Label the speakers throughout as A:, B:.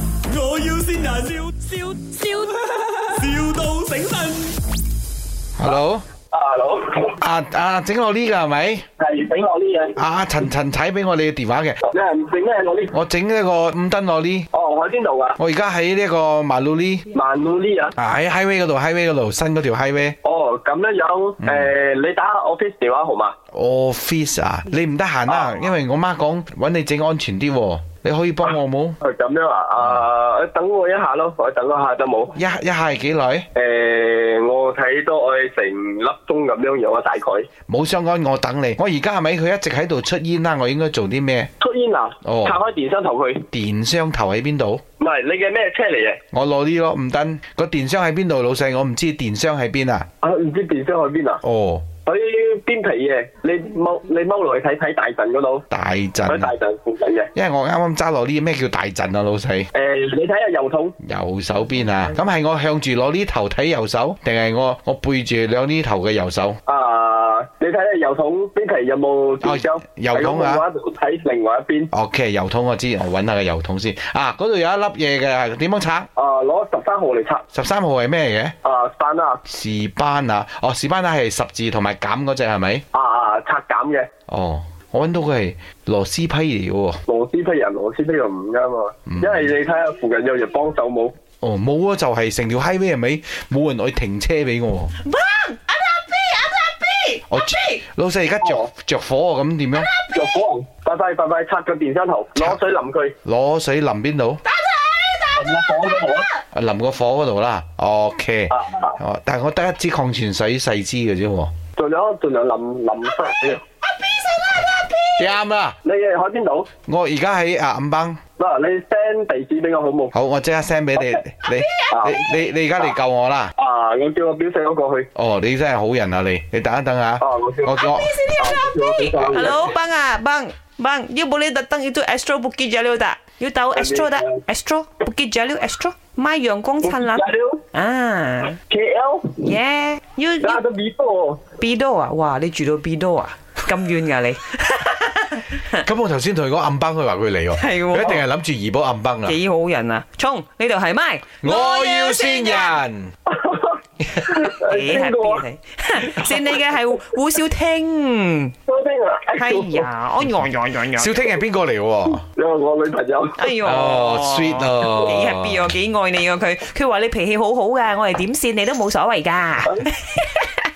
A: 要先人，笑笑笑，,笑到醒神。
B: Hello，
C: 啊，老
B: 啊啊整落呢個係咪？
C: 係俾我呢樣，
B: 啊啊陳陳睇俾我哋嘅電話嘅，
C: 你係唔整咩我呢？
B: 我整呢個五燈落呢，
C: 哦，我邊度啊？
B: 我而家喺呢個馬路呢，
C: 萬路呢啊？
B: 啊喺 highway 嗰度，highway 嗰度新嗰條 highway
C: 哦，咁樣樣，誒、你打 office 電話號碼。
B: office 啊，你唔得閒啦
C: 啊，
B: 因為我媽講揾你整安全啲喎，你可以幫我冇？
C: 哦，咁樣啊？啊、等我一下咯，我等我一下得冇？
B: 一一下係幾耐？
C: 誒、我睇多我係成粒鐘咁樣樣啊，大概。
B: 冇相干，我等你。我而家係咪佢一直喺度出煙啊啦？我應該做啲咩？
C: 出煙啊？
B: 哦
C: 拆開電箱頭佢。
B: 電箱頭喺邊度？
C: 唔係，你嘅咩車嚟嘅？
B: 我攞啲咯，唔登個電箱喺邊度？老細，我唔知電箱喺邊啊。
C: 啊，唔知電箱喺邊啊？
B: 哦，
C: 喺邊皮嘅，你踎你踎落去睇睇大陣嗰度，
B: 大
C: 喺
B: 陣
C: 大
B: 啊，
C: 陣附近嘅。
B: 因為我啱啱揸落啲咩叫大陣啊，老細。
C: 誒、你睇下右筒。
B: 右手邊啊，咁係我向住攞呢頭睇右手，定係我我背住兩呢頭嘅右手？
C: À, 啊！你睇下油桶邊期有冇電箱
B: 哦？油桶啊
C: 係咁嘅話就睇另外一邊。
B: 哦，OK，油桶我知，我揾下個油桶先。啊，嗰度有一粒嘢嘅，點樣拆？
C: 啊，攞十三號嚟拆。
B: 十三號係咩嘅？
C: 啊，散啦！
B: 士班啊，哦，士班啊係十字同埋減嗰只係咪？
C: 啊啊，拆減嘅
B: 哦，我揾到佢係螺絲批嚟嘅喎。
C: 螺絲批人，螺絲批人唔啱啊！因為你睇下附近有人幫手冇？
B: 哦，冇啊，就係成條 highway 係咪冇人去停車俾我喎？我知老細而家着
C: 哦
B: 着火啊，咁點樣？
C: 着火！快快快快拆個電箱頭，攞水淋佢，
B: 攞水淋邊度？
C: 淋個火嗰度啊！
B: 啊淋個火嗰度啦。OK，
C: 啊啊
B: 哦，但係我得一支礦泉水細支嘅啫喎。
C: 盡量盡量淋淋濕。
B: 啱啦，
C: 你係喺邊度？
B: 我而家喺啊五班，
C: 嗱，你 send 地址俾我好冇？
B: 好，我即刻 send 俾你，你你你你而家嚟救我啦。
C: 啊，我叫我表細佬過去。
B: 哦，你真係好人啊你，你等一等啊。
C: 啊，我叫
B: 我 叫我
D: Hello, bang ah, bang, bang. You boleh datang itu Astro Bukit Jalil tak? You tahu Astro tak? Astro Bukit Jalil Astro. My Yang Kong San Lan. Ah,
C: K Dạ, L。
D: yeah. You ah?
C: 揸
D: you
C: 咗幾多？
D: Bido 啊？哇，你住到 Bido 啊？咁遠㗎你？
B: 咁我頭先同佢講暗班，佢話佢嚟喎，
D: 係喎
B: 佢一定係諗住怡保暗班啊。
D: 幾好人啊！衝呢度係咪？
B: 我要先人，
C: 哎
D: 幾 ya. Eh, happy 你？先你嘅係胡少聽。
C: 收聽啊！
D: 哎呀，哎呀呀呀呀！
B: 小聽係邊個嚟喎？
C: 你話我女朋友，
D: 哎呦，
B: 哦，sweet Oh, 哦
D: 幾 happy 哦，幾愛你啊佢。佢話你脾氣好好噶，我哋點線你都冇所謂噶。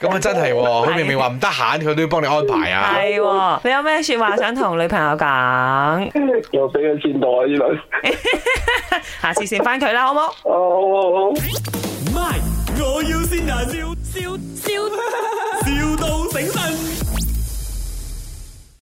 B: 咁啊真係喎，佢明明話唔得閒，佢都要幫你安排啊。
D: 係喎，你有咩說話想同女朋友講？
C: 又俾佢見到啊！呢輪，
D: 下次先翻佢啦，好冇？
C: 哦，好好好。
A: My，我要先人，笑笑笑，